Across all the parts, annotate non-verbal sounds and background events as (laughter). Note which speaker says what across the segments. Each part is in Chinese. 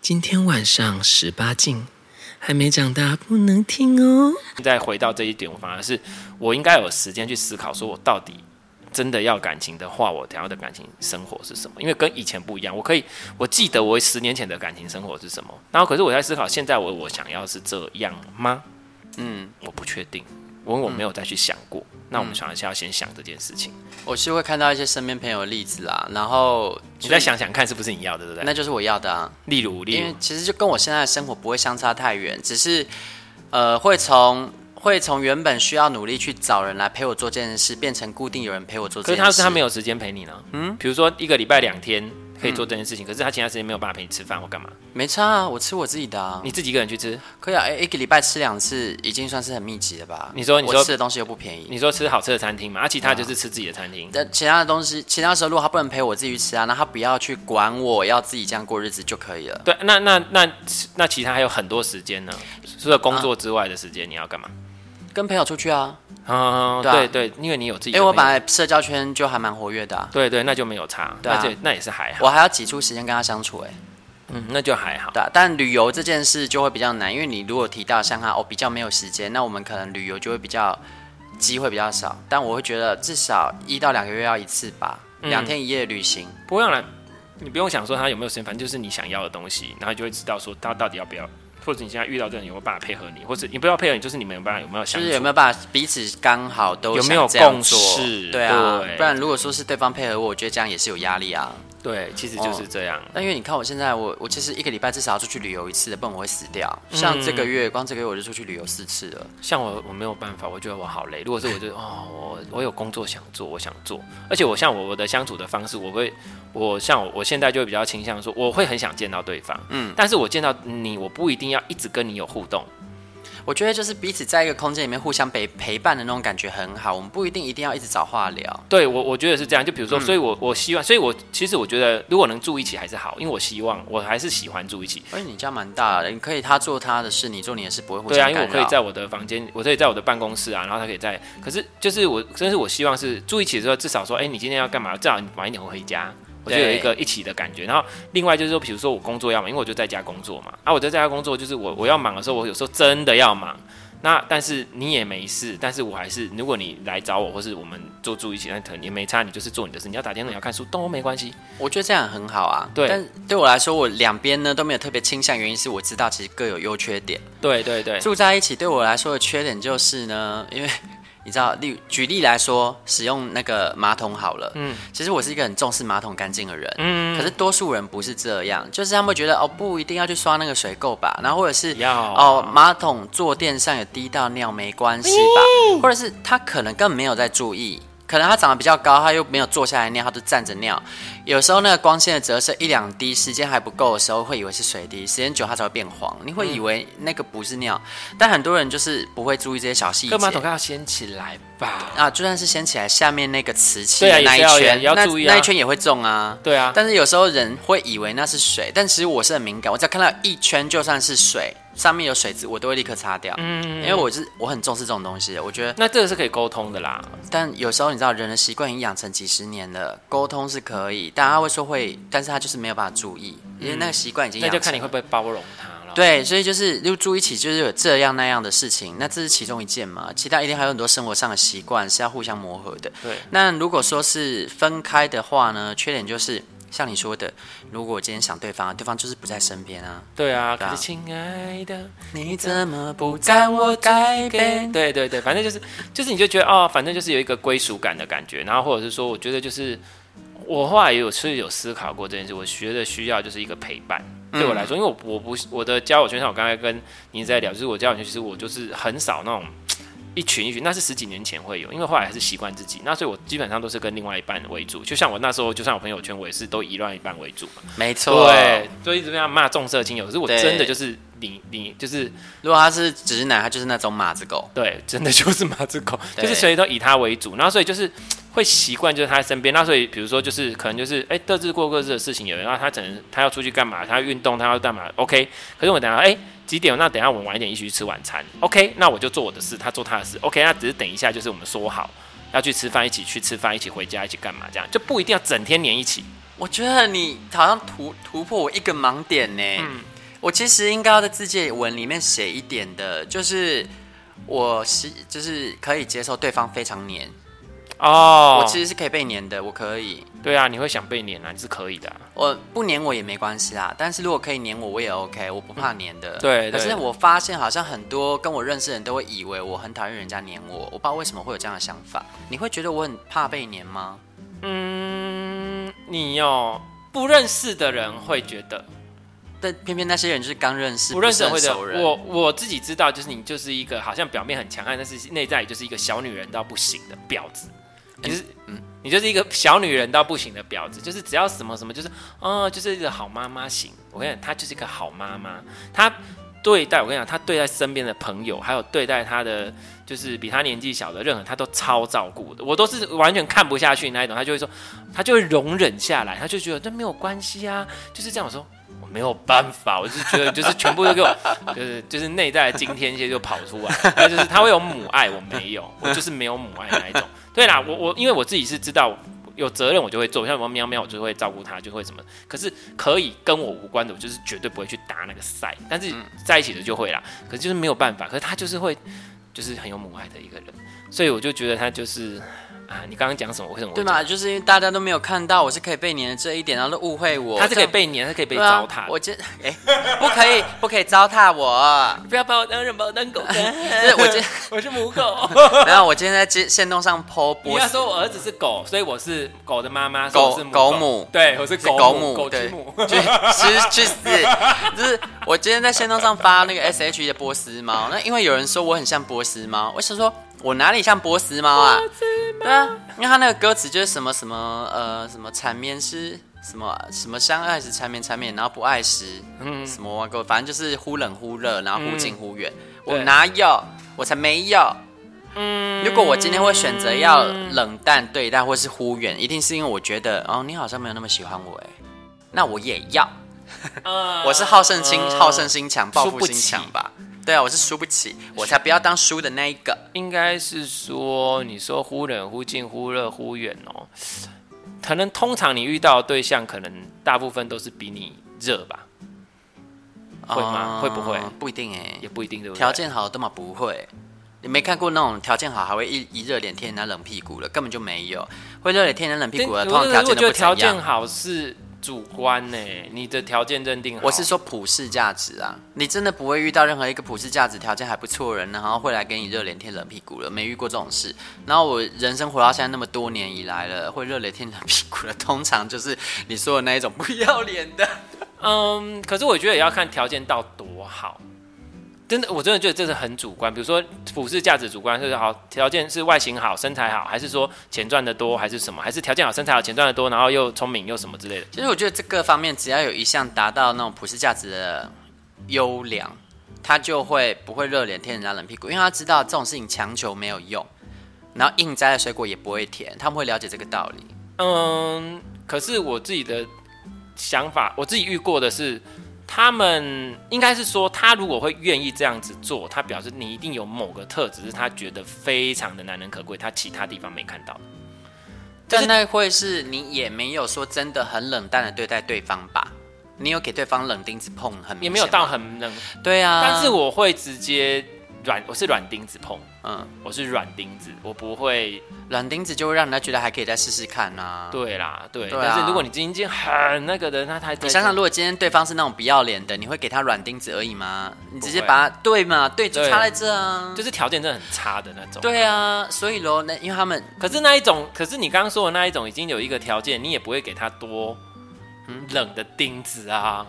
Speaker 1: 今天晚上十八禁，还没长大不能听哦。
Speaker 2: 再回到这一点，我反而是我应该有时间去思考，说我到底真的要感情的话，我想要的感情生活是什么？因为跟以前不一样，我可以我记得我十年前的感情生活是什么，然后可是我在思考，现在我我想要是这样吗？嗯，我不确定，因为我没有再去想过。那我们想一下，要先想这件事情，
Speaker 3: 我是会看到一些身边朋友的例子啦，然后
Speaker 2: 你再，想想看是不是你要的，对不
Speaker 3: 那
Speaker 2: 对？
Speaker 3: 就是我要的啊。
Speaker 2: 例如，例
Speaker 3: 因为
Speaker 2: 如，
Speaker 3: 其实就跟我现在的生活不会相差太远，只是呃会从会从原本需要努力去找人来陪我做这件事，变成固定有人陪我做这
Speaker 2: 可是
Speaker 3: 件事。
Speaker 2: 他是他没有时间陪你呢。嗯，比如说一个礼拜两天可以做这件事情，可是他其他时间没有办法陪你吃饭或干嘛，
Speaker 3: 没差啊，我吃我自己的啊。
Speaker 2: 你自己一个人去吃。
Speaker 3: 可以啊，哎一个礼拜吃两次已经算是很密集了吧？
Speaker 2: 你说你说
Speaker 3: 我吃的东西又不便宜。
Speaker 2: 你说吃好吃的餐厅嘛，啊，其
Speaker 3: 嗯
Speaker 2: 他就是吃自己的餐厅。
Speaker 3: 但其他的东西，其他时候如果他不能陪我自己去吃啊，那他不要去管我，要自己这样过日子就可以了。
Speaker 2: 对，那那那那其他还有很多时间呢，除了工作之外的时间，你要干嘛？
Speaker 3: 跟朋友出去啊，
Speaker 2: 啊，
Speaker 3: 对啊
Speaker 2: 对对，因为你有自己
Speaker 3: 因
Speaker 2: 的朋
Speaker 3: 为
Speaker 2: 友，
Speaker 3: 我本来社交圈就还蛮活跃的、啊，
Speaker 2: 对对，那就没有差，
Speaker 3: 对啊
Speaker 2: 那就那也是还好，
Speaker 3: 我还要挤出时间跟他相处、哎。
Speaker 2: 嗯，那就还好。
Speaker 3: 对啊、但旅游这件事就会比较难，因为你如果提到像他哦比较没有时间，那我们可能旅游就会比较机会比较少。但我会觉得至少一到两个月要一次吧，
Speaker 2: 嗯
Speaker 3: 两、天一夜旅行。
Speaker 2: 不用了，你不用想说他有没有时间，反正就是你想要的东西，然后你就会知道说他到底要不要，或者你现在遇到这个人有没有办法配合你，或者你不要配合你，就是你们有办法有没有
Speaker 3: 就
Speaker 2: 相
Speaker 3: 是有
Speaker 2: 处。
Speaker 3: 没有办法彼此刚好都
Speaker 2: 有没
Speaker 3: 想
Speaker 2: 有
Speaker 3: 这样
Speaker 2: 共
Speaker 3: 做
Speaker 2: 识
Speaker 3: 对啊，
Speaker 2: 对嗯
Speaker 3: 不然如果说是对方配合我，我觉得这样也是有压力啊。
Speaker 2: 对，其实就是这样。
Speaker 3: 但因为你看我现在，我我其实一个礼拜至少要出去旅游一次的，不然我会死掉。
Speaker 2: 嗯
Speaker 3: 像这个月，光这个月我就出去旅游四次了。
Speaker 2: 像我，我没有办法，我觉得我好累。如果是我就哦，我我有工作想做，我想做，而且我像我我的相处的方式，我会，我像我我现在就会比较倾向说，我会很想见到对方，嗯，但是我见到你，我不一定要一直跟你有互动，
Speaker 3: 我觉得就是彼此在一个空间里面互相陪陪伴的那种感觉很好，我们不一定一定要一直找话聊。
Speaker 2: 对我，我觉得是这样。就比如说，所以我我希望，所以我其实我觉得，如果能住一起还是好，因为我希望我还是喜欢住一起。
Speaker 3: 而且你家蛮大的，你可以他做他的事，你做你的事，不会互
Speaker 2: 对啊，
Speaker 3: 相干
Speaker 2: 因为
Speaker 3: 扰。
Speaker 2: 我可以在我的房间，我可以在我的办公室啊，然后他可以在。可是就是我，真是我希望是住一起的时候，至少说，哎、你今天要干嘛？至少你晚一点会回家，我就有
Speaker 3: 对
Speaker 2: 一个一起的感觉。然后另外就是说，比如说我工作要忙，因为我就在家工作嘛，啊，我就在家工作，就是我我要忙的时候，我有时候真的要忙。那但是你也没事，但是我还是，如果你来找我，或是我们就住一起，那可能也没差，你就是做你的事，你要打电话，你要看书都没关系。
Speaker 3: 我觉得这样很好啊。
Speaker 2: 对
Speaker 3: 但对我来说，我两边呢都没有特别倾向，原因是我知道其实各有优缺点。
Speaker 2: 对对对，
Speaker 3: 住在一起对我来说的缺点就是呢， (laughs) 因为你知道，例如举例来说，使用那个马桶好了，嗯，其实我是一个很重视马桶干净的人，嗯，可是多数人不是这样，就是他们会觉得哦，不一定要去刷那个水垢吧，然后或者是
Speaker 2: 要
Speaker 3: 哦，马桶坐垫上有滴到尿没关系吧，或者是他可能根本没有在注意。可能他长得比较高，他又没有坐下来尿，他就站着尿。有时候那个光线的折射一两滴，时间还不够的时候，会以为是水滴，时间久它才会变黄，你会以为那个不是尿。但很多人就是不会注意这些小细节
Speaker 2: 干。嘛嗯桶盖要掀起来吧？
Speaker 3: 啊，就算是掀起来，下面那个瓷器
Speaker 2: 对啊
Speaker 3: 的那一
Speaker 2: 也是要
Speaker 3: 圈，
Speaker 2: 也要
Speaker 3: 那
Speaker 2: 注意啊
Speaker 3: 那一圈也会中啊。
Speaker 2: 对啊，
Speaker 3: 但是有时候人会以为那是水，但其实我是很敏感，我只要看到一圈就算是水，上面有水渍，我都会立刻擦掉。嗯，因为我是我很重视这种东西的，我觉得。
Speaker 2: 那这个是可以沟通的啦。
Speaker 3: 但有时候你知道，人的习惯已经养成几十年了，沟通是可以，但他会说会，但是他就是没有办法注意，因为那个习惯已经
Speaker 2: 嗯那
Speaker 3: 养
Speaker 2: 就
Speaker 3: 成。
Speaker 2: 看你会不会包容他了。
Speaker 3: 对，所以就是就住一起，就是有这样那样的事情，那这是其中一件嘛，其他一定还有很多生活上的习惯是要互相磨合的。
Speaker 2: 对，
Speaker 3: 那如果说是分开的话呢，缺点就是像你说的，如果我今天想对方，对方就是不在身边啊，
Speaker 2: 对啊，可
Speaker 3: 啊
Speaker 2: 是亲爱的，
Speaker 3: 你怎么不在我改变？
Speaker 2: 对对对，反正就是就是你就觉得哦，反正就是有一个归属感的感觉，然后或者是说，我觉得就是我后来也有是有思考过这件事，我觉得需要就是一个陪伴。对我来说，因为我我不我的交友圈上，我刚才跟您在聊，就是我交友圈其实我就是很少那种一群一群，那是十几年前会有，因为后来还是习惯自己，那所以我基本上都是跟另外一半为主。就像我那时候，就像我朋友圈，我也是都以另外一半为主嘛。
Speaker 3: 没错。
Speaker 2: 对，就一直这样骂重色轻友，可是我
Speaker 3: 对
Speaker 2: 真的就是你你就是
Speaker 3: 如果他是直男，他就是那种马子狗。
Speaker 2: 对， (laughs) 真的就是马子狗，
Speaker 3: 对
Speaker 2: 就是谁都以他为主，然后所以就是会习惯就是他在身边，那所以比如说就是可能就是哎各自过各自的事情有，然后他可能他要出去干嘛，他要运动，他要干嘛，OK，可是我等下哎。几点？那等下我们晚一点一起去吃晚餐，OK？那我就做我的事，他做他的事，OK？那只是等一下，就是我们说好要去吃饭，一起去吃饭，一起回家，一起干嘛，这样就不一定要整天黏一起。
Speaker 3: 我觉得你好像突突破我一个盲点呢。我其实应该要在自介文里面写一点的，就是我是就是可以接受对方非常黏，
Speaker 2: 哦
Speaker 3: 我，其实是可以被黏的，我可以，
Speaker 2: 对啊，你会想被黏啊，你是可以的啊、
Speaker 3: 我不黏我也没关系啊啦。但是如果可以黏我，我也 OK，我不怕黏的。
Speaker 2: 嗯对
Speaker 3: 可是
Speaker 2: 对
Speaker 3: 我发现好像很多跟我认识的人都会以为我很讨厌人家黏我，我不知道为什么会有这样的想法。你会觉得我很怕被黏吗？
Speaker 2: 嗯，你哦，不认识的人会觉得，
Speaker 3: 但偏偏那些人就是刚认识，
Speaker 2: 不认识的
Speaker 3: 的
Speaker 2: 人会觉
Speaker 3: 熟
Speaker 2: 得，
Speaker 3: 人。
Speaker 2: 我我自己知道，就是你就是一个好像表面很强悍，但是内在就是一个小女人到不行的婊子，
Speaker 3: 哎
Speaker 2: 你就是。
Speaker 3: 嗯
Speaker 2: 你就是一个小女人到不行的婊子，就是只要什么什么，就是哦，就是一个好妈妈型。我跟你讲，她就是一个好妈妈，她对待我跟你讲，她对待身边的朋友，还有对待她的就是比她年纪小的任何人，她都超照顾的。我都是完全看不下去那一种，她就会说，她就会容忍下来，她就觉得这没有关系啊，就是这样。我说我没有办法，我就是觉得就是全部都给我， (laughs) 就是就是内在的惊天蝎就跑出来，那就是她会有母爱，我没有，我就是没有母爱那一种。对啦，我我因为我自己是知道有责任我就会做，像什么喵喵我就会照顾它，就会什么。可是可以跟我无关的，我就是绝对不会去打那个赛。但是在一起的就会啦，可是就是没有办法，可是他就是会，就是很有母爱的一个人，所以我就觉得他就是啊，你刚刚讲什么？为什么我
Speaker 3: 对
Speaker 2: 会
Speaker 3: 嘛，
Speaker 2: 讲？
Speaker 3: 就是因为大家都没有看到我是可以被黏的这一点，然后都误会我。
Speaker 2: 他是可以
Speaker 3: 这样
Speaker 2: 被黏，他可以被
Speaker 3: 对啊
Speaker 2: 糟蹋。
Speaker 3: 我这哎、不可以，不可以糟蹋我。 (laughs)
Speaker 2: 不要把我当人，把我 (laughs) 当狗干。
Speaker 3: 就是我今
Speaker 2: (laughs) 我是母狗，
Speaker 3: (laughs) 然后我今天在街线动上剖
Speaker 2: 你
Speaker 3: 波
Speaker 2: 要
Speaker 3: 斯，
Speaker 2: 说我儿子是狗，所以我是狗的妈妈，所以我是
Speaker 3: 狗
Speaker 2: 狗
Speaker 3: 狗母
Speaker 2: 对，我是
Speaker 3: 是
Speaker 2: 狗
Speaker 3: 狗
Speaker 2: 母，
Speaker 3: 母，
Speaker 2: 狗之
Speaker 3: 对
Speaker 2: 母，。
Speaker 3: (laughs) 去去去死！就是我今天在线动上发那个 S H E 的波斯猫，那因为有人说我很像波斯猫，我想说我哪里像波斯猫啊？对啊，因为他那个歌词就是什么什么呃什么缠绵是什么什么相爱时缠绵缠绵，然后不爱时嗯什么玩过，反正就是忽冷忽热，然后忽近忽远。我
Speaker 2: 对
Speaker 3: 哪有？我才没有。如果我今天会选择要冷淡对待或是忽远，一定是因为我觉得哦，你好像没有那么喜欢我哎，那我也
Speaker 2: (laughs)
Speaker 3: 要。
Speaker 2: 啊
Speaker 3: (laughs) 我是好胜心、好胜心强、报
Speaker 2: 呃输
Speaker 3: 复
Speaker 2: 不
Speaker 3: 心
Speaker 2: 起
Speaker 3: 强吧？对啊，我是输不起，我才不要当输的那一个。
Speaker 2: 应该是说，你说忽冷忽近、忽热忽远哦，可能通常你遇到的对象，可能大部分都是比你热吧，会吗
Speaker 3: 嗯
Speaker 2: 会不会
Speaker 3: 不一定哎，
Speaker 2: 也不一定对不对？
Speaker 3: 条件好的嘛不会。你没看过那种条件好还会一一热脸贴人家冷屁股的，根本就没有。会热脸贴人家冷屁
Speaker 2: 对，
Speaker 3: 股的，
Speaker 2: 我
Speaker 3: 通常条
Speaker 2: 我
Speaker 3: 件
Speaker 2: 觉
Speaker 3: 都
Speaker 2: 得
Speaker 3: 不
Speaker 2: 条
Speaker 3: 怎
Speaker 2: 件
Speaker 3: 样。
Speaker 2: 好是主观呢、你的条件认定好，
Speaker 3: 我是说普世价值啊，你真的不会遇到任何一个普世价值条件还不错的人，然后会来给你热脸贴冷屁股了，没遇过这种事。然后我人生活到现在那么多年以来了，会热脸贴冷屁股的，通常就是你说的那一种不要脸的。
Speaker 2: 嗯，可是我觉得也要看条件到多好。真的，我真的觉得这是很主观。比如说普世价值主观，就是好条件是外形好、身材好，还是说钱赚的多，还是什么？还是条件好、身材好、钱赚的多，然后又聪明又什么之类的？
Speaker 3: 其实我觉得这各方面只要有一项达到那种普世价值的优良，他就会不会热脸贴人家冷屁股，因为他知道这种事情强求没有用，然后硬摘的水果也不会甜，他们会了解这个道理。
Speaker 2: 嗯，可是我自己的想法，我自己遇过的是，他们应该是说，他如果会愿意这样子做，他表示你一定有某个特质是他觉得非常的难能可贵，他其他地方没看到的。
Speaker 3: 但那会是你也没有说真的很冷淡的对待对方吧？你有给对方冷钉子碰，很明显
Speaker 2: 也没有到很冷，
Speaker 3: 对啊，
Speaker 2: 但是我会直接软，我是软钉子碰，
Speaker 3: 嗯，
Speaker 2: 我是软钉子，我不会
Speaker 3: 软钉子就会让人家觉得还可以再试试看啊。
Speaker 2: 对啦，对。
Speaker 3: 对啊
Speaker 2: 但是如果你今天很那个的，那他
Speaker 3: 你想想，如果今天对方是那种不要脸的，你会给他软钉子而已吗？你直接
Speaker 2: 不会
Speaker 3: 把他对嘛，对就
Speaker 2: 对
Speaker 3: 差在这啊，
Speaker 2: 就是条件真的很差的那种。
Speaker 3: 对啊，所以咯，那因为他们
Speaker 2: 可是那一种，可是你刚刚说的那一种，已经有一个条件，你也不会给他多
Speaker 3: 嗯
Speaker 2: 冷的钉子啊。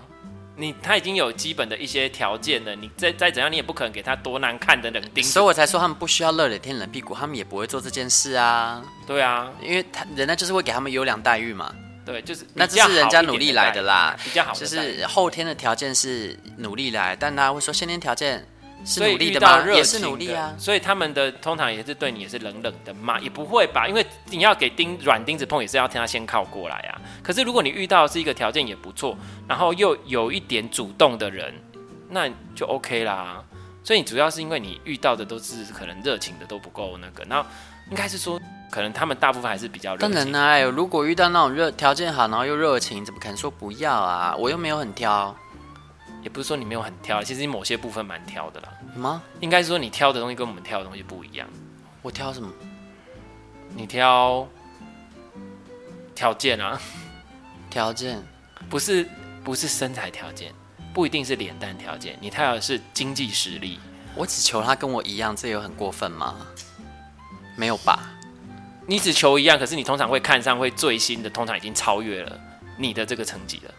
Speaker 2: 你他已经有基本的一些条件了，你再再怎样，你也不可能给他多难看的冷钉
Speaker 3: 所
Speaker 2: 子
Speaker 3: 以。我才说他们不需要热脸贴冷屁股，他们也不会做这件事啊，
Speaker 2: 对啊，
Speaker 3: 因为他人家就是会给他们优良待遇嘛，
Speaker 2: 对，就是
Speaker 3: 那
Speaker 2: 比较
Speaker 3: 这是人家
Speaker 2: 好一点
Speaker 3: 努力来的啦
Speaker 2: 待遇比较好的
Speaker 3: 就
Speaker 2: 待遇，
Speaker 3: 是后天的条件是努力来，但他会说先天条件是
Speaker 2: 所以
Speaker 3: 努力
Speaker 2: 遇
Speaker 3: 的
Speaker 2: 到
Speaker 3: 嘛，
Speaker 2: 热
Speaker 3: 也是
Speaker 2: 情
Speaker 3: 努力
Speaker 2: 的
Speaker 3: 啊。
Speaker 2: 所以他们的通常也是对你也是冷冷的骂，也不会吧？因为你要给钉软钉子碰，也是要听他先靠过来啊。可是如果你遇到的是一个条件也不错，然后又有一点主动的人，那就 OK 啦。所以你主要是因为你遇到的都是可能热情的都不够那个，然后应该是说可能他们大部分还是比较热
Speaker 3: 当
Speaker 2: 情。
Speaker 3: 然啦、哎如果遇到那种热条件好，然后又热情，怎么可能说不要啊？我又没有很挑，
Speaker 2: 也不是说你没有很挑，其实你某些部分蛮挑的啦。
Speaker 3: 什么？
Speaker 2: 应该是说你挑的东西跟我们挑的东西不一样。
Speaker 3: 我挑什么？
Speaker 2: 你挑条件啊，
Speaker 3: 条件？
Speaker 2: 不是不是身材条件，不一定是脸蛋条件，你挑的是经济实力。
Speaker 3: 我只求他跟我一样，这有很过分吗？没有吧？
Speaker 2: 你只求一样，可是你通常会看上会最新的，通常已经超越了你的这个层级了。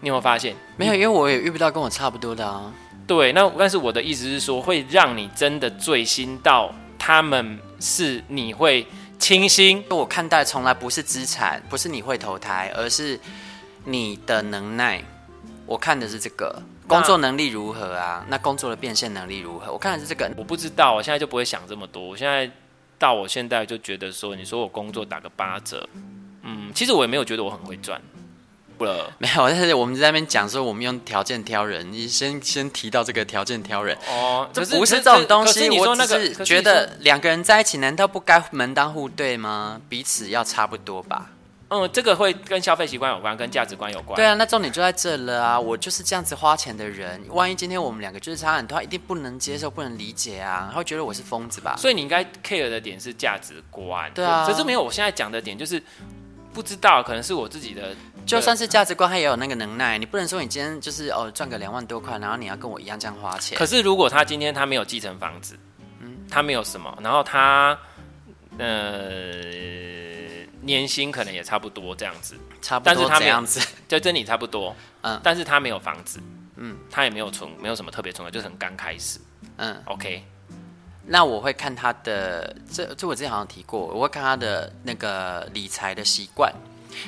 Speaker 2: 你有没有发现？
Speaker 3: 没有，因为我也遇不到跟我差不多的啊。
Speaker 2: 对，那但是我的意思是说，会让你真的醉心到他们是你会倾心，
Speaker 3: 我看待从来不是资产，不是你会投胎，而是你的能耐。我看的是这个
Speaker 2: 那
Speaker 3: 工作能力如何啊？那工作的变现能力如何？我看的是这个。
Speaker 2: 我不知道，我现在就不会想这么多。我现在到我现在就觉得说，你说我工作打个八折，嗯，其实我也没有觉得我很会赚，不了。
Speaker 3: 没有，但 (laughs) 是我们在那边讲说，我们用条件挑人。你先先提到这个条件挑人，
Speaker 2: 哦，
Speaker 3: 这
Speaker 2: 可是
Speaker 3: 不
Speaker 2: 可
Speaker 3: 是这种东
Speaker 2: 可是
Speaker 3: 西。
Speaker 2: 你说
Speaker 3: 我
Speaker 2: 那
Speaker 3: 只
Speaker 2: 个
Speaker 3: 是
Speaker 2: 可
Speaker 3: 觉
Speaker 2: 你
Speaker 3: 得两个人在一起，难道不该门当户对吗？彼此要差不多吧？
Speaker 2: 说，嗯，这个会跟消费习惯有关，跟价值观有关。
Speaker 3: 对啊，那重点就在这了啊！我就是这样子花钱的人，万一今天我们两个就是差很多，他一定不能接受、不能理解啊，他会觉得我是疯子吧？
Speaker 2: 所以你应该 care 的点是价值观。
Speaker 3: 对啊
Speaker 2: 可是没有，我现在讲的点就是不知道，可能是我自己的，
Speaker 3: 就算是价值观，他也有那个能耐。你不能说你今天就是哦赚个两万多块，然后你要跟我一样这样花钱
Speaker 2: 可。是如果他今天他没有继承房子，他没有什么，然后他呃年薪可能也差不多这样子，
Speaker 3: 差不
Speaker 2: 但是
Speaker 3: 多
Speaker 2: 他
Speaker 3: 这
Speaker 2: 没有
Speaker 3: 样子，
Speaker 2: 就跟你差不多，
Speaker 3: 嗯
Speaker 2: 但是他没有房子，
Speaker 3: 嗯
Speaker 2: 他也没有存，没有什么特别存款，就是很刚开始
Speaker 3: 嗯，
Speaker 2: ，OK，
Speaker 3: 那我会看他的，这这我之前好像提过，我会看他的那个理财的习惯，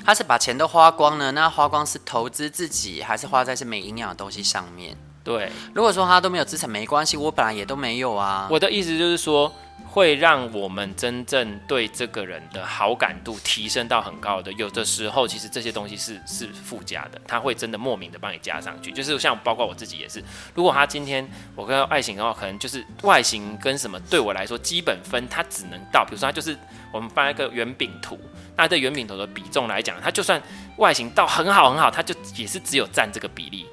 Speaker 3: 他是把钱都花光了，那花光是投资自己，还是花在是没营养的东西上面？
Speaker 2: 对，
Speaker 3: 如果说他都没有资产，没关系，我本来也都没有啊。
Speaker 2: 我的意思就是说，会让我们真正对这个人的好感度提升到很高的。有的时候，其实这些东西是是附加的，他会真的莫名的帮你加上去。就是像包括我自己也是，如果他今天我跟外形的话，可能就是外形跟什么对我来说基本分，他只能到，比如说他就是我们发一个圆饼图，那对圆饼图的比重来讲，他就算外形到很好很好，他就也是只有占这个比例。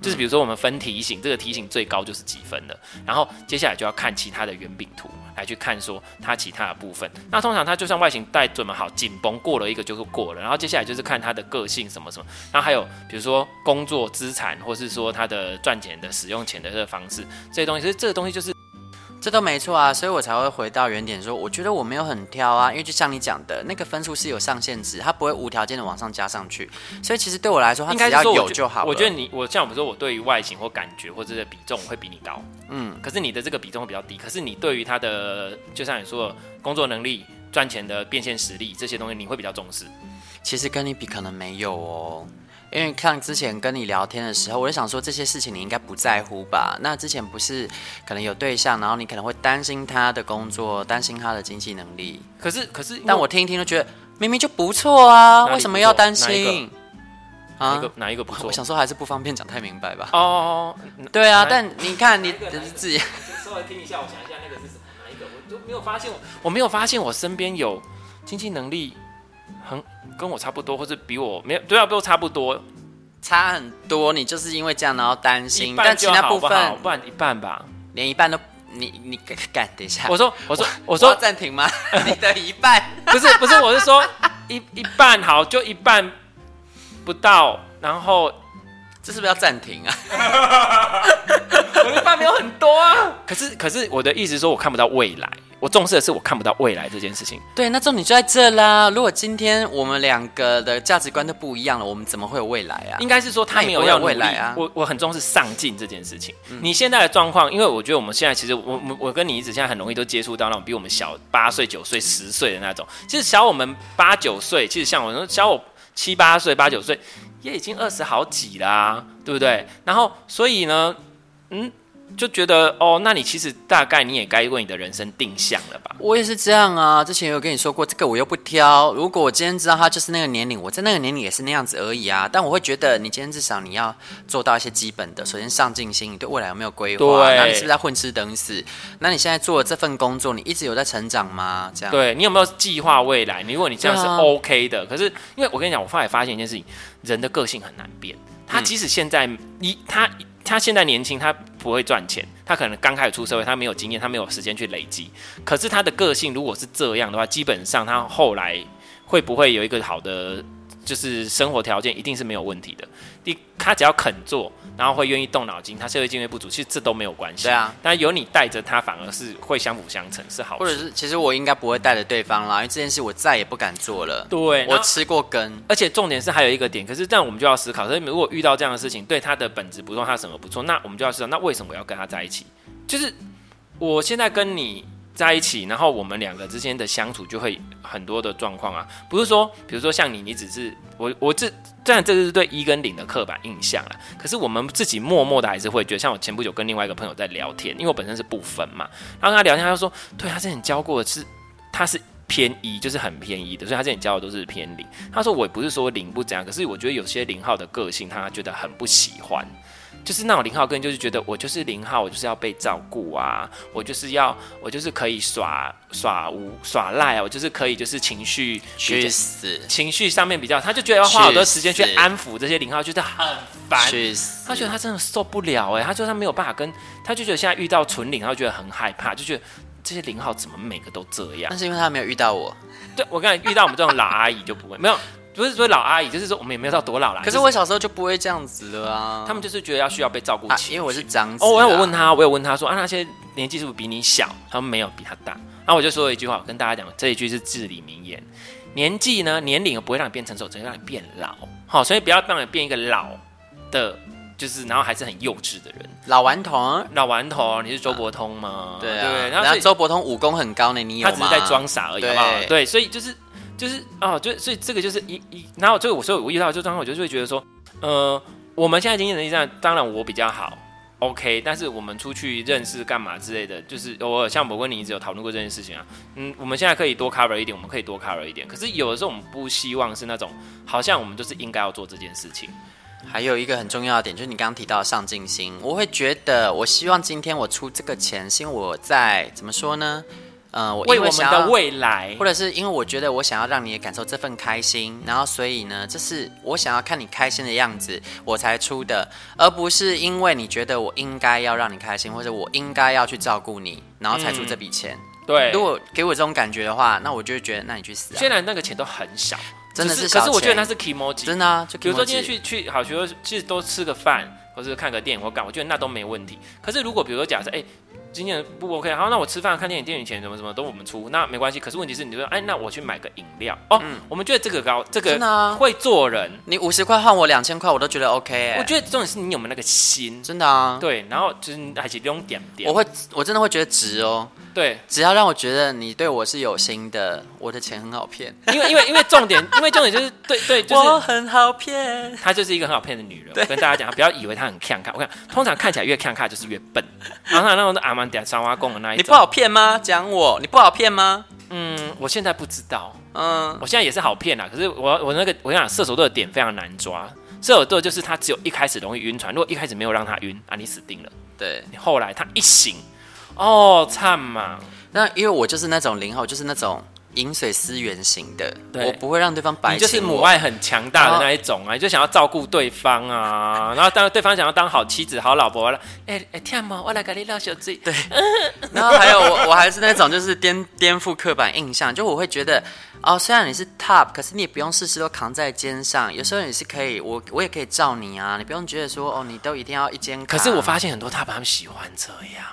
Speaker 2: 就是比如说我们分题型，这个题型最高就是几分了，然后接下来就要看其他的圆饼图来去看说它其他的部分。那通常它就算外形带准么好，紧绷过了一个就是过了，然后接下来就是看它的个性什么什么，然后还有比如说工作资产，或是说它的赚钱的使用钱的这个方式，这些东西，所以这个东西就是
Speaker 3: 这都没错啊，所以我才会回到原点说，我觉得我没有很挑啊，因为就像你讲的，那个分数是有上限值，它不会无条件的往上加上去，所以其实对我来说，它
Speaker 2: 应该
Speaker 3: 只
Speaker 2: 是
Speaker 3: 要
Speaker 2: 说我
Speaker 3: 有
Speaker 2: 觉
Speaker 3: 就好了。
Speaker 2: 我觉得你我像我们说，我对于外形或感觉或者是比重我会比你高，
Speaker 3: 嗯，
Speaker 2: 可是你的这个比重会比较低，可是你对于他的就像你说的工作能力、赚钱的变现实力这些东西，你会比较重视。
Speaker 3: 其实跟你比可能没有哦，因为像之前跟你聊天的时候，我就想说这些事情你应该不在乎吧？那之前不是可能有对象，然后你可能会担心他的工作，担心他的经济能力，
Speaker 2: 可是可是因为，
Speaker 3: 但我听一听就觉得明明就不错啊，
Speaker 2: 哪里
Speaker 3: 为什么要担
Speaker 2: 不错哪一
Speaker 3: 心？
Speaker 2: 哪一
Speaker 3: 啊
Speaker 2: 个、，哪一个不错？
Speaker 3: 我想说还是不方便讲太明白吧。
Speaker 2: 哦，嗯
Speaker 3: 对啊，
Speaker 2: 哪
Speaker 3: 但你看你
Speaker 2: 哪一个
Speaker 3: 自己
Speaker 2: 稍微听一下，我想一下那个是什么，哪一个？我都没有发现我，我没有发现我身边有经济能力很跟我差不多，或者比我没有对啊，比我差不多
Speaker 3: 差很多，你就是因为这样然后担
Speaker 2: 一
Speaker 3: 心，
Speaker 2: 半
Speaker 3: 但其
Speaker 2: 就
Speaker 3: 他
Speaker 2: 好，
Speaker 3: 部
Speaker 2: 不好？
Speaker 3: 分
Speaker 2: 不然一半吧。
Speaker 3: 连一半都你你敢敢等一下，
Speaker 2: 我说，我说，我
Speaker 3: 我要
Speaker 2: 说，
Speaker 3: 暂停吗？你的一半，
Speaker 2: (laughs) 不是不是，我是说一一半好，就一半不到，然后
Speaker 3: 这是不是要暂停啊？
Speaker 2: 我一半没有很多啊。可是可是我的意思是说，我看不到未来，我重视的是我看不到未来这件事情。
Speaker 3: 对，那重点就在这啦。如果今天我们两个的价值观都不一样了，我们怎么会有未来啊
Speaker 2: 应？该是说他没有要努力
Speaker 3: 那也不会有未来啊嗯
Speaker 2: 我我很重视上进这件事情。你现在的状况，因为我觉得我们现在其实我我我跟你一直现在很容易都接触到那种比我们小八岁、九岁、十岁的那种，其实小我们八九岁，其实像我小我七八岁、八九岁也已经二十好几啦、对不对？然后所以呢，嗯，就觉得哦，那你其实大概你也该为你的人生定向了吧？
Speaker 3: 我也是这样啊，之前有跟你说过，这个我又不挑。如果我今天知道他就是那个年龄，我在那个年龄也是那样子而已啊。但我会觉得，你今天至少你要做到一些基本的，首先上进心，你对未来有没有规划？
Speaker 2: 对
Speaker 3: 那你是不是在混吃等死？那你现在做的这份工作，你一直有在成长吗？这样，
Speaker 2: 对你有没有计划未来？你如果你这样是
Speaker 3: 对啊
Speaker 2: OK 的，可是因为我跟你讲，我后来发现一件事情，人的个性很难变。他即使现在一他他现在年轻，他不会赚钱，他可能刚开始出社会，他没有经验，他没有时间去累积。可是他的个性如果是这样的话，基本上他后来会不会有一个好的就是生活条件，一定是没有问题的。第他只要肯做，然后会愿意动脑筋，他社会经验不足，其实这都没有关系。
Speaker 3: 对啊，
Speaker 2: 但有你带着他，反而是会相辅相成，是好
Speaker 3: 或者
Speaker 2: 事。
Speaker 3: 是其实我应该不会带着对方啦，因为这件事我再也不敢做了。
Speaker 2: 对，
Speaker 3: 我
Speaker 2: 然后
Speaker 3: 吃过根，
Speaker 2: 而且重点是还有一个点，可是但我们就要思考，所以如果遇到这样的事情，对他的本质不错，他什么不错，那我们就要思考，那为什么我要跟他在一起？就是我现在跟你在一起，然后我们两个之间的相处就会很多的状况啊，不是说，比如说像你，你只是我我这虽然这就是对一跟零的刻板印象啦，可是我们自己默默的还是会觉得，像我前不久跟另外一个朋友在聊天，因为我本身是不分嘛，然后跟他聊天，他就说，对他之前教过的是他是偏一，就是很偏一的，所以他之前教的都是偏零。他说我也不是说零不怎样，可是我觉得有些零号的个性他觉得很不喜欢，就是那种零号个人就是觉得我就是零号，我就是要被照顾啊，我就是要我就是可以耍耍无耍赖啊，我就是可以就是情绪比
Speaker 3: 去
Speaker 2: 较
Speaker 3: 死，
Speaker 2: 情绪上面比较，他就觉得要花好多时间去
Speaker 3: 去死
Speaker 2: 安抚这些零号，觉得很烦。
Speaker 3: 去死。
Speaker 2: 他觉得他真的受不了哎、他说他没有办法跟，他就觉得现在遇到纯零，他就觉得很害怕，就觉得这些零号怎么每个都这样
Speaker 3: 那。是因为他没有遇到我。
Speaker 2: 对我刚才遇到我们这种老阿姨就不会，没有，不是说老阿姨，就是说我们也没有到多老啦。
Speaker 3: 可是
Speaker 2: 就
Speaker 3: 我小时候就不会这样子了啊。
Speaker 2: 他们就是觉得要需要被照顾
Speaker 3: 啊，
Speaker 2: 起。
Speaker 3: 因为我是长子啊。
Speaker 2: 哦，那我问他，我有问他说啊，那些年纪是不是比你小？他们没有比他大。然后我就说了一句话，我跟大家讲，这一句是至理名言：年纪呢，年龄不会让你变成熟，只会让你变老。好、所以不要让你变一个老的，就是然后还是很幼稚的人。
Speaker 3: 老顽童，
Speaker 2: 老顽童，你是周伯通吗？
Speaker 3: 对
Speaker 2: 不
Speaker 3: 啊，
Speaker 2: 对？
Speaker 3: 人
Speaker 2: 然后
Speaker 3: 家
Speaker 2: 所以
Speaker 3: 周伯通武功很高呢，你有
Speaker 2: 他
Speaker 3: 吗？
Speaker 2: 只是在装傻而已，好不好？
Speaker 3: 对
Speaker 2: 对，所以就是就是哦，就所以这个就是一一，然后就我所以我遇到这个状况，我就是会觉得说，呃，我们现在经济能力上，当然我比较好，OK，但是我们出去认识干嘛之类的，就是偶尔像我跟你一直有讨论过这件事情啊，嗯，我们现在可以多 cover 一点，我们可以多 cover 一点，可是有的时候我们不希望是那种好像我们就是应该要做这件事情，
Speaker 3: 还有一个很重要的点，就是你刚刚提到的上进心，我会觉得，我希望今天我出这个钱，是因为我在怎么说呢？嗯、我
Speaker 2: 为
Speaker 3: 因
Speaker 2: 我们
Speaker 3: 想要
Speaker 2: 的未来
Speaker 3: 或。者是因为我觉得我想要让你也感受这份开心，然后所以呢，这是我想要看你开心的样子，我才出的，而不是因为你觉得我应该要让你开心，或者我应该要去照顾你，然后才出这笔钱。
Speaker 2: 对，
Speaker 3: 如果给我这种感觉的话，那我就会觉得，那你去死、
Speaker 2: 虽
Speaker 3: 啊！
Speaker 2: 然那个钱都很小，
Speaker 3: 真的
Speaker 2: 只
Speaker 3: 是
Speaker 2: 可
Speaker 3: 小
Speaker 2: 是我觉得
Speaker 3: 钱
Speaker 2: 那是 k i m o j i
Speaker 3: 真的啊，就
Speaker 2: 比如说
Speaker 3: kimoji
Speaker 2: 今天去去好，比如说去多吃个饭，或是看个电影或干，我觉得那都没问题。可是如果比如说假设，哎、今天不 OK，好，那我吃饭、看电影、电影钱什么什么都我们出，那没关系。可是问题是，你就说，哎、那我去买个饮料哦，我们觉得这个高，这
Speaker 3: 嗯真的
Speaker 2: 个
Speaker 3: 啊
Speaker 2: 会做人。
Speaker 3: 你五十块换我两千块，我都觉得 OK 哎、
Speaker 2: 我觉得重点是你有没有那个心，
Speaker 3: 真的啊，
Speaker 2: 对，然后就是还是用点点，
Speaker 3: 我会我真的会觉得值哦，
Speaker 2: 对，
Speaker 3: 只要让我觉得你对我是有心的，我的钱很好骗，
Speaker 2: 因为因为因为重点， (laughs) 因为重点就是对对，就是
Speaker 3: 我很好骗。
Speaker 2: 她就是一个很好骗的女人。我跟大家讲，不要以为她很看看。我看通常看起来越看看就是越
Speaker 3: (laughs)
Speaker 2: 笨，然后她那种阿曼迪亚沙瓦贡的那一
Speaker 3: 你
Speaker 2: 种。
Speaker 3: 不好骗吗？讲我，你不好骗吗？
Speaker 2: 嗯，我现在不知道，
Speaker 3: 嗯，
Speaker 2: 我现在也是好骗啊啦。可是我我那个我跟你讲，射手座的点非常难抓。射手座就是他只有一开始容易晕船，如果一开始没有让他晕啊，你死定了。
Speaker 3: 对。
Speaker 2: 你后来他一醒，哦，惨嘛！
Speaker 3: 那因为我就是那种零号，我就是那种饮水思源型的，
Speaker 2: 对
Speaker 3: 我不会让对方白
Speaker 2: 你就是
Speaker 3: 请我
Speaker 2: 母爱很强大的那一种啊，你就想要照顾对方啊，然后当对方想要当好妻子、好老婆了，哎哎，天么，我来给你绕小嘴。对，
Speaker 3: 然后还有我，我还是那种就是颠颠覆刻板印象，就我会觉得，哦，虽然你是 top，可是你也不用事事都扛在肩上，有时候你是可以，我我也可以罩你啊，你不用觉得说，哦，你都一定要一肩
Speaker 2: 可
Speaker 3: 扛。
Speaker 2: 是我，发现很多他们喜欢这样。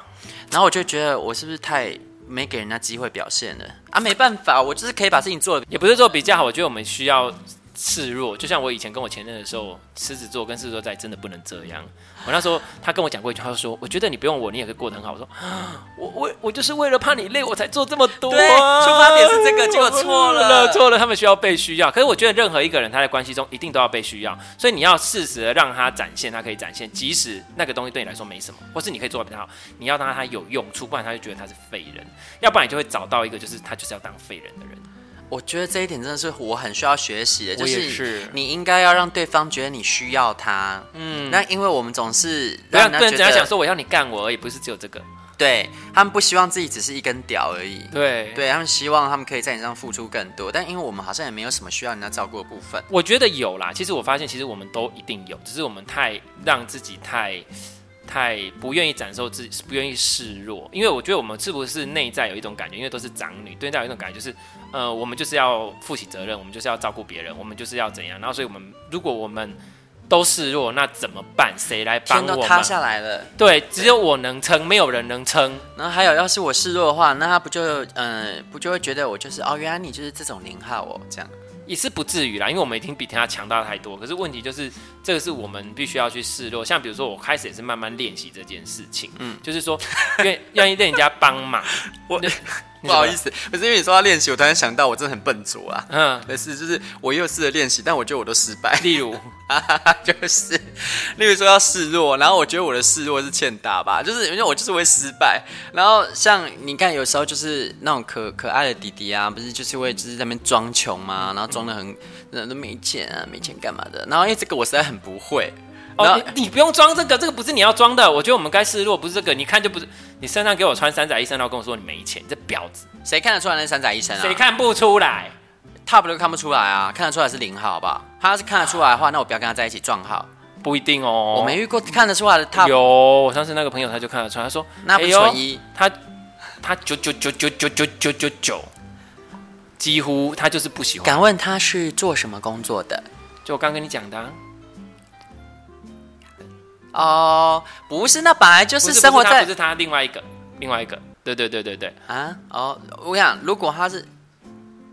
Speaker 3: 然后我就觉得我是不是太没给人家机会表现了啊？没办法，我就是可以把事情做的。
Speaker 2: 也不是说比较好，我觉得我们需要示弱。就像我以前跟我前任的时候，狮子座跟狮子座在真的不能这样。我那时候他跟我讲过一句，他就说：“我觉得你不用我，你也可以过得很好。”我说：“ (gasps) 啊我我我就是为了怕你累，我才做这么多、
Speaker 3: 对
Speaker 2: 啊。”
Speaker 3: 出发点是这个结果错了
Speaker 2: (laughs) 错了。他们需要被需要，可是我觉得任何一个人他在关系中一定都要被需要，所以你要适时的让他展现，他可以展现，即使那个东西对你来说没什么，或是你可以做的比他好，你要让他有用处，不然他就觉得他是废人，要不然你就会找到一个就是他就是要当废人的人。
Speaker 3: 我觉得这一点真的是我很需要学习的，就
Speaker 2: 我也
Speaker 3: 是
Speaker 2: 是
Speaker 3: 你应该要让对方觉得你需要他。嗯，那因为我们总是
Speaker 2: 不要
Speaker 3: 让
Speaker 2: 不能
Speaker 3: 人
Speaker 2: 只
Speaker 3: 家
Speaker 2: 要
Speaker 3: 觉
Speaker 2: 想
Speaker 3: 得，
Speaker 2: 说我要你干我而已，不是只有这个。
Speaker 3: 对他们不希望自己只是一根屌而已。
Speaker 2: 对，
Speaker 3: 对他们希望他们可以在你身上付出更多，但因为我们好像也没有什么需要人家照顾的部分。
Speaker 2: 我觉得有啦。其实我发现，其实我们都一定有，只是我们太让自己太太不愿意展示自己，不愿意示弱，因为我觉得我们是不是内在有一种感觉，因为都是长女，对内在有一种感觉就是，呃，我们就是要负起责任，我们就是要照顾别人，我们就是要怎样，然后所以我们如果我们都示弱，那怎么办？谁来帮
Speaker 3: 天
Speaker 2: 我
Speaker 3: 都
Speaker 2: 们？
Speaker 3: 塌下来了。
Speaker 2: 对，只有我能撑，没有人能撑。
Speaker 3: 然后还有，要是我示弱的话，那他不就嗯、呃不就会觉得我就是哦，原来你就是这种零号哦，这样。
Speaker 2: 也是不至于啦，因为我们已经比他强大太多。可是问题就是，这个是我们必须要去示弱。像比如说，我开始也是慢慢练习这件事情，嗯，就是说愿愿意让人家帮忙。
Speaker 3: (laughs) 我
Speaker 2: 你
Speaker 3: 不好意，思，不是因为你说要练习，我突然想到我真的很笨拙啊。
Speaker 2: 你怎么了嗯，
Speaker 3: 可是就是我也有试着练习，但我觉得我都失
Speaker 2: (laughs)
Speaker 3: 败。
Speaker 2: 例
Speaker 3: (laughs)
Speaker 2: 如，
Speaker 3: 就是，例如说要示弱，然后我觉得我的示弱是欠打吧，就是因为我就是会失败。然后像你看，有时候就是那种可可爱的弟弟啊，不是就是会就是在那边装穷嘛，然后装的很，那都没钱啊，没钱干嘛的。然后因为这个我实在很不会，然后、
Speaker 2: 哦，你你不用装这个，这个不是你要装的。我觉得我们该示弱，不是这个。你看就不是，你身上给我穿三宅一身，然后跟我说你没钱，你这婊子，
Speaker 3: 谁看得出来那是三仔医生啊？
Speaker 2: 谁看不出来？
Speaker 3: top 都看不出来啊，看得出来是零号，好不好？他要是看得出来的话，那我不要跟他在一起撞号。
Speaker 2: 不一定哦，
Speaker 3: 我没遇过看得出来的 top，
Speaker 2: 有，我上次那个朋友他就看得出来，他说
Speaker 3: 那不
Speaker 2: 哎呦
Speaker 3: 纯一
Speaker 2: 他他九九九九九九九九九，几乎他就是不喜欢。
Speaker 3: 敢问他是做什么工作的？
Speaker 2: 就我刚跟你讲的啊、
Speaker 3: 哦，不是，那本来就
Speaker 2: 不
Speaker 3: 是
Speaker 2: 不
Speaker 3: 生活
Speaker 2: 他
Speaker 3: 在
Speaker 2: 不是他另外一个另外一个，对对对对对，
Speaker 3: 啊，哦，我想如果他是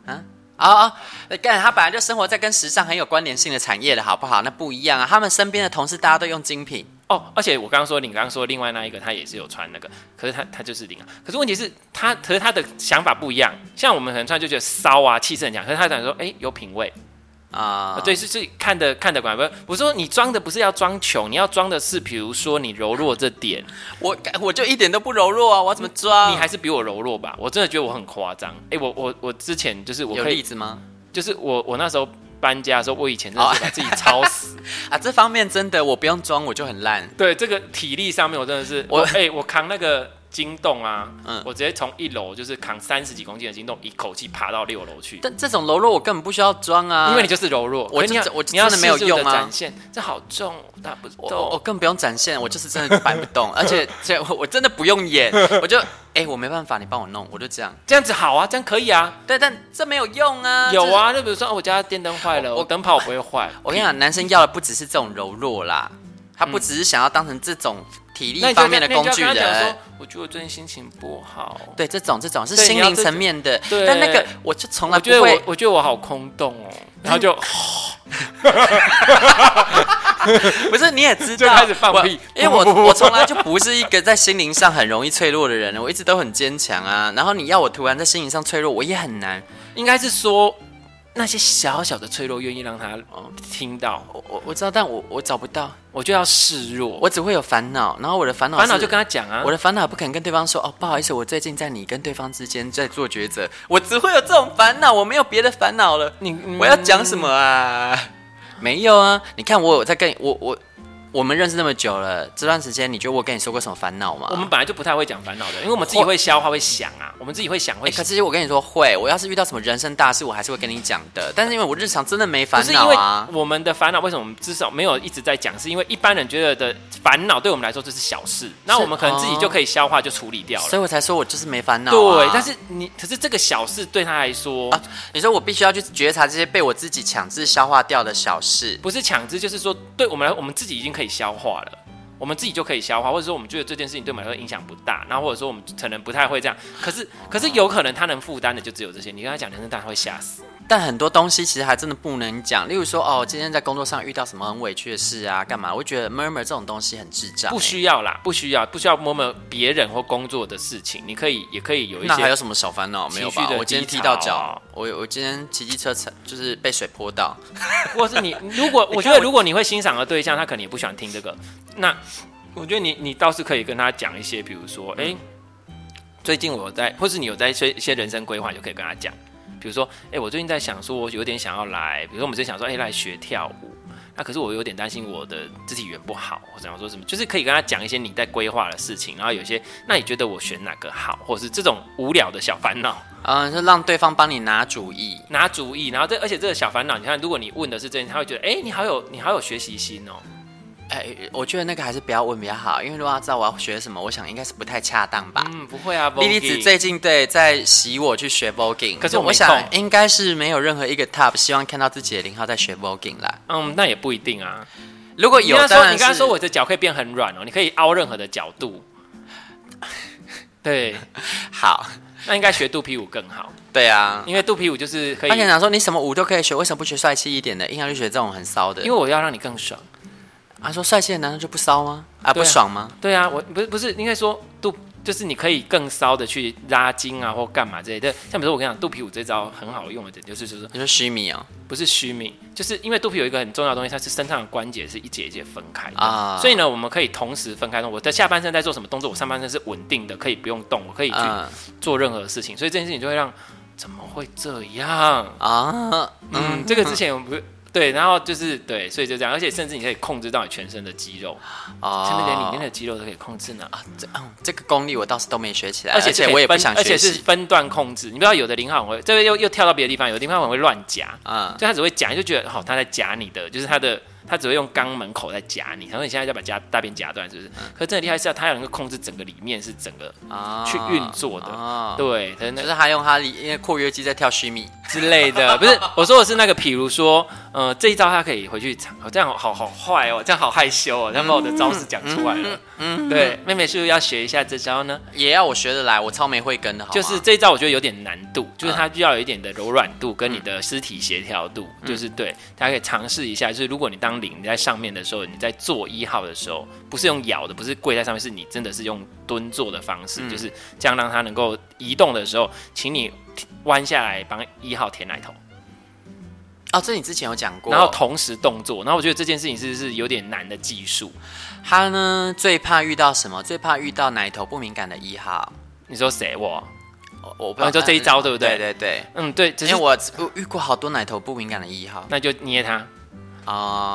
Speaker 3: 啊，哦哦，干他本来就生活在跟时尚很有关联性的产业的好不好？那不一样啊，他们身边的同事大家都用精品，
Speaker 2: 哦，而且我刚刚说你刚刚说另外那一个他也是有穿那个，可是他他就是零啊，可是问题是他可是他的想法不一样，像我们可能穿就觉得骚啊气势很强，可是他想说哎、有品味。
Speaker 3: 啊、
Speaker 2: 啊，对，是是看的看的管，不是我说你装的不是要装穷，你要装的是比如说你柔弱这点，
Speaker 3: 我我就一点都不柔弱啊，我要怎么装？
Speaker 2: 你还是比我柔弱吧？我真的觉得我很夸张。哎、我我我之前就是我
Speaker 3: 有
Speaker 2: 可
Speaker 3: 例
Speaker 2: 以，
Speaker 3: 子吗？
Speaker 2: 就是我我那时候搬家的时候，我以前
Speaker 3: 哦
Speaker 2: 真的是把自己超
Speaker 3: (laughs)
Speaker 2: 死。
Speaker 3: 啊，这方面真的我不用装，我就很烂。
Speaker 2: 对，这个体力上面我真的是
Speaker 3: 我
Speaker 2: 我哎、我扛那个金洞啊，
Speaker 3: 嗯
Speaker 2: 我直接从一楼就是扛三十几公斤的金洞，一口气爬到六楼去。
Speaker 3: 但这种柔弱我根本不需要装啊，
Speaker 2: 因为你就是柔弱，
Speaker 3: 我
Speaker 2: 可是你要
Speaker 3: 就我就
Speaker 2: 你要
Speaker 3: 真的没有
Speaker 2: 适度地
Speaker 3: 用啊
Speaker 2: 展现这好重，我打不
Speaker 3: 我我我
Speaker 2: 动。
Speaker 3: 更不用展现，我就是真的摆不动，而且 (laughs) 这我我真的不用演，我就哎、我没办法，你帮我弄，我就这样。
Speaker 2: 这样子好啊，这样可以啊。
Speaker 3: 对，但这没有用啊。
Speaker 2: 有
Speaker 3: 这是，
Speaker 2: 啊，就比如说，哦我家电灯坏了，
Speaker 3: 我
Speaker 2: 我灯泡不会坏。
Speaker 3: 我跟你讲，男生要的不只是这种柔弱啦，他不只是想要当成这种体
Speaker 2: 嗯那
Speaker 3: 力
Speaker 2: 你就
Speaker 3: 方面的工
Speaker 2: 那
Speaker 3: 具
Speaker 2: 你就要跟他讲
Speaker 3: 人
Speaker 2: 说。我觉得我最近心情不好。
Speaker 3: 对，这种这种是
Speaker 2: 对
Speaker 3: 心
Speaker 2: 你要
Speaker 3: 灵
Speaker 2: 这
Speaker 3: 层面的，
Speaker 2: 对
Speaker 3: 但那个我就从
Speaker 2: 我
Speaker 3: 来啊不
Speaker 2: 觉得我
Speaker 3: 会，嗯
Speaker 2: 我觉得我好空洞哦，然后就
Speaker 3: (laughs) 不是你也知
Speaker 2: 就
Speaker 3: 道，
Speaker 2: 开始放
Speaker 3: 我
Speaker 2: 屁
Speaker 3: 因为我我从来就不是一个在心灵上很容易脆弱的人，我一直都很坚强啊。然后你要我突然在心灵上脆弱，我也很难。
Speaker 2: 应该是说那些小小的脆弱愿意让他听到，
Speaker 3: 我我我知道，但我我找不到，
Speaker 2: 我就要示弱，
Speaker 3: 我只会有烦恼，然后我的烦恼
Speaker 2: 烦恼
Speaker 3: 是
Speaker 2: 就跟他讲啊
Speaker 3: 我。的烦恼不肯跟对方说哦，不好意思，我最近在你跟对方之间在做抉择，我只会有这种烦恼，我没有别的烦恼了。
Speaker 2: 你嗯
Speaker 3: 我要讲什么啊？没有啊，你看我有在跟我我我们认识那么久了，这段时间你觉得我跟你说过什么烦恼吗？哎
Speaker 2: 我们本来就不太会讲烦恼的，因为我们自己会消化、会想啊，我们自己会想、会
Speaker 3: 哎、可
Speaker 2: 想。
Speaker 3: 是我跟你说会，我要是遇到什么人生大事，我还是会跟你讲的。但是因为我日常真的没
Speaker 2: 不
Speaker 3: 烦
Speaker 2: 是因
Speaker 3: 恼
Speaker 2: 为
Speaker 3: 啊，
Speaker 2: 我们的烦恼，为什么我们至少没有一直在讲？是因为一般人觉得的烦恼对我们来说就是小事，那我们可能自己就可以消化、就处理掉了
Speaker 3: 所。以我才说我哦就是没烦恼、啊。
Speaker 2: 对，但是你可是这个小事对他来说、
Speaker 3: 啊，你说我必须要去觉察这些被我自己强制消化掉的小事。
Speaker 2: 不是强制，就是说对我们来，我们自己已经可以消化了。我们自己就可以消化，或者说我们觉得这件事情对我们来说影响不大，然后或者说我们可能不太会这
Speaker 3: (laughs)
Speaker 2: 样，可是可是有可能他能负担的就只有这些。你跟他讲人生大会吓死，啊
Speaker 3: 但很多东西其实还真的不能讲，例如说哦，今天在工作上遇到什么很委屈的事啊，干嘛？我觉得 murmur 这种东西很智障、
Speaker 2: 不
Speaker 3: 欸
Speaker 2: 需要啦，不需要不需要摸摸别人或工作的事情，你可以也可以有一
Speaker 3: 那还有
Speaker 2: 些
Speaker 3: 什么小烦恼没有
Speaker 2: 情
Speaker 3: 吧
Speaker 2: 绪的？
Speaker 3: 我今天
Speaker 2: 低
Speaker 3: 踢到
Speaker 2: 潮
Speaker 3: 脚，我我今天骑机车踩就是被水泼到，
Speaker 2: (laughs) 或是你如果我觉得如果你会欣赏的对象，他可能也不喜欢听这个，那我觉得你你倒是可以跟他讲一些，比如说，哎、最近我有在，或是你有在一些一些人生规划，你就可以跟他讲，比如说，哎、我最近在想说，我有点想要来，比如说我们之前想说，哎、来学跳舞。那可是我有点担心我的肢体语言不好，或者想说什么，就是可以跟他讲一些你在规划的事情，然后有些那你觉得我选哪个好，或者是这种无聊的小烦恼，
Speaker 3: 嗯，就让对方帮你拿主意。
Speaker 2: 拿主意，然后这而且这个小烦恼，你看，如果你问的是这件事，他会觉得，哎、你好有你好有学习心哦、
Speaker 3: 哎，我觉得那个还是不要问比较好，因为如果要知道我要学什么，我想应该是不太恰当吧。
Speaker 2: 嗯，不会啊，
Speaker 3: 莉莉子
Speaker 2: Vogue
Speaker 3: 最近对在洗我去学 voguing，
Speaker 2: 可是我没
Speaker 3: 我想
Speaker 2: 空
Speaker 3: 应该是没有任何一个 top 希望看到自己的零号在学 voguing 啦。
Speaker 2: 嗯，那也不一定啊。
Speaker 3: 如果
Speaker 2: 你
Speaker 3: 有
Speaker 2: 刚，才
Speaker 3: 当
Speaker 2: 说你
Speaker 3: 然
Speaker 2: 刚才
Speaker 3: 是
Speaker 2: 说我的脚可以变很软哦，你可以凹任何的角
Speaker 3: (laughs)
Speaker 2: 度。对，
Speaker 3: 好，
Speaker 2: 那应该学肚皮舞更好，
Speaker 3: 对啊。
Speaker 2: 因为肚皮舞就是可以
Speaker 3: 他，想想说你什么舞都可以学，为什么不学帅气一点的？硬要去学这种很骚的？
Speaker 2: 因为我要让你更爽。
Speaker 3: 他说帅气的难道就不骚吗？啊，
Speaker 2: 对啊
Speaker 3: 不爽吗？
Speaker 2: 对啊，我不是不是应该说肚，就是你可以更骚的去拉筋啊，或干嘛之类的。像比如说我跟你讲，肚皮舞这招很好用的点就是，就是说
Speaker 3: 你说虚米哦，
Speaker 2: 不是虚名，就是因为肚皮有一个很重要的东西，它是身上的关节是一节一节分开的
Speaker 3: 啊
Speaker 2: 所以呢，我们可以同时分开动。我的下半身在做什么动作，我上半身是稳定的，可以不用动，我可以去
Speaker 3: 嗯
Speaker 2: 做任何事情，所以这件事情就会让怎么会这样？
Speaker 3: 啊，
Speaker 2: 嗯，这个之前我们不是对，然后就是对，所以就这样，而且甚至你可以控制到你全身的肌肉，
Speaker 3: 哦，
Speaker 2: 甚至连里面的肌肉都可以控制呢。
Speaker 3: 这嗯这个功力我倒是都没学起来，
Speaker 2: 而且是可以
Speaker 3: 我也不
Speaker 2: 分
Speaker 3: 想
Speaker 2: 而且
Speaker 3: 学
Speaker 2: 是
Speaker 3: 习。
Speaker 2: 分段控制。你不知道有的零号很会，这个又又跳到别的地方，有的地方很会乱夹，
Speaker 3: 嗯，
Speaker 2: 就他只会夹，你就觉得哦，他在夹你的，就是他的，他只会用肛门口在夹你。然后你现在就要把夹大便夹断，是不是？可真的厉害是啊要他要能够控制整个里面是整个
Speaker 3: 啊
Speaker 2: 去运作的，
Speaker 3: 啊，
Speaker 2: 对，可能
Speaker 3: 就
Speaker 2: 那
Speaker 3: 是他用他里因为括约肌在跳虚米，
Speaker 2: 之类的。不是，我说的是那个，比如说，呃，这一招他可以回去尝，哦这样好好好坏哦，这样好害羞哦，他把我的招式讲出来了。对，妹妹是不是要学一下这招呢？
Speaker 3: 也要我学得来，我超没慧根的，好吗嗯
Speaker 2: 就是这一招我觉得有点难度，就是它需要有一点的柔软度跟你的肢体协调度，
Speaker 3: 嗯
Speaker 2: 就是对，大家可以尝试一下。就是如果你当零你在上面的时候，你在做一号的时候，不是用咬的，不是跪在上面，是你真的是用蹲坐的方
Speaker 3: 嗯
Speaker 2: 式，就是这样让它能够移动的时候，请你弯下来帮一号舔奶头，
Speaker 3: 哦，这你之前有讲过。
Speaker 2: 然后同时动作。然后我觉得这件事情是是有点难的技术。
Speaker 3: 他呢最怕遇到什么？最怕遇到奶头不敏感的一号。
Speaker 2: 你说谁我？
Speaker 3: 我我不知
Speaker 2: 哦
Speaker 3: 道
Speaker 2: 你说这一招对不对
Speaker 3: 对对对，
Speaker 2: 嗯，对，只
Speaker 3: 因
Speaker 2: 是
Speaker 3: 为哎我我遇过好多奶头不敏感的一号
Speaker 2: 那就捏它。
Speaker 3: 哦，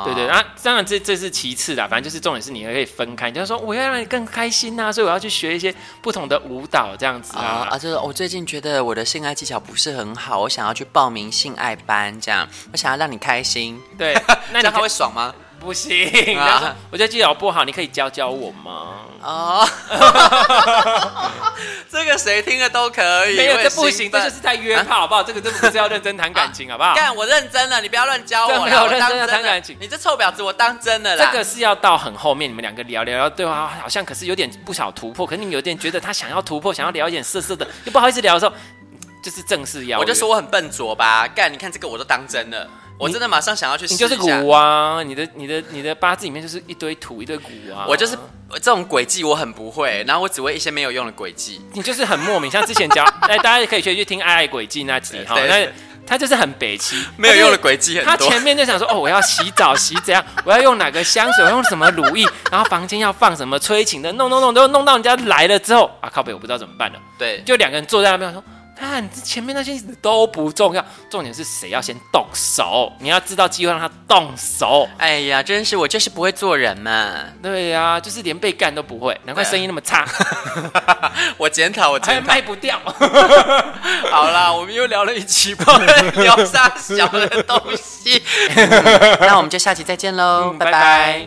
Speaker 2: (laughs) 对对，啊，当然这这是其次啦，反正就是重点是你可以分开，就是说我要让你更开心呐、所以我要去学一些不同的舞蹈这样子啊。
Speaker 3: 啊啊！就是我最近觉得我的性爱技巧不是很好，我想要去报名性爱班，这样我想要让你开心， (laughs)
Speaker 2: 对，那
Speaker 3: 这
Speaker 2: 你
Speaker 3: 样他
Speaker 2: 可
Speaker 3: 会爽吗？
Speaker 2: 不 (laughs) 行，他
Speaker 3: 啊
Speaker 2: 说我觉得技巧不好，你可以教教我吗？ (laughs)
Speaker 3: 哦，这个谁听了都可以，
Speaker 2: 没有，
Speaker 3: 我也
Speaker 2: 这不行，
Speaker 3: 兴
Speaker 2: 这
Speaker 3: 奋
Speaker 2: 就是在约炮，好不好？这个真的不是要认真谈感情，好不好？
Speaker 3: 干，我认真了，你不要乱教
Speaker 2: 这
Speaker 3: 我
Speaker 2: 没
Speaker 3: 啦，
Speaker 2: 有
Speaker 3: 我
Speaker 2: 认
Speaker 3: 当
Speaker 2: 真的
Speaker 3: 真
Speaker 2: 谈
Speaker 3: 了
Speaker 2: 感情
Speaker 3: 你这臭婊子，我当真
Speaker 2: (laughs)
Speaker 3: 了
Speaker 2: 这
Speaker 3: 啦。
Speaker 2: 个是要到很后面，你们两个聊聊聊对话，好像可是有点不想突破，可是你有点觉得他想要突破，想要聊一点色色的，又不好意思聊的时候，就是正式邀约。
Speaker 3: 我就说我很笨拙吧，干，你看这个我都当真了，我真的马上想要去试
Speaker 2: 你
Speaker 3: 一
Speaker 2: 就是
Speaker 3: 下
Speaker 2: 骨。啊，你的你的你的八字里面就是一堆土一堆骨啊。
Speaker 3: 我就是这种诡计我很不会，然后我只会一些没有用的诡计。
Speaker 2: 你就是很莫名，像之
Speaker 3: (laughs)
Speaker 2: 前讲，哎，大家也可以去去听《爱爱轨迹》那集哈，
Speaker 3: 对
Speaker 2: 那
Speaker 3: 对
Speaker 2: 他就是很北齐，
Speaker 3: (laughs) 没有用的。诡计
Speaker 2: 他
Speaker 3: 很多。
Speaker 2: 前面就想说，哦，我要洗澡洗怎样，我要用哪个香水，我要用什么乳液，然后房间要放什么催情的，弄弄弄，都弄到人家来了之后，啊靠北，我不知道怎么办了。
Speaker 3: 对，
Speaker 2: 就两个人坐在那边说，看这前面那些都不重要，重点是谁要先动手，你要制造机会让他动手。
Speaker 3: 哎呀，真是我就是不会做人嘛！
Speaker 2: 对呀、就是连被干都不会，难怪
Speaker 3: 对啊
Speaker 2: 声音那么
Speaker 3: (laughs)
Speaker 2: 差，
Speaker 3: 我检讨，我
Speaker 2: 还
Speaker 3: 检讨。
Speaker 2: 卖不掉。
Speaker 3: 好啦，我们又聊了一期，不知道在聊啥小的东西。那我们就下期再见喽， (laughs)
Speaker 2: 嗯
Speaker 3: 拜拜。。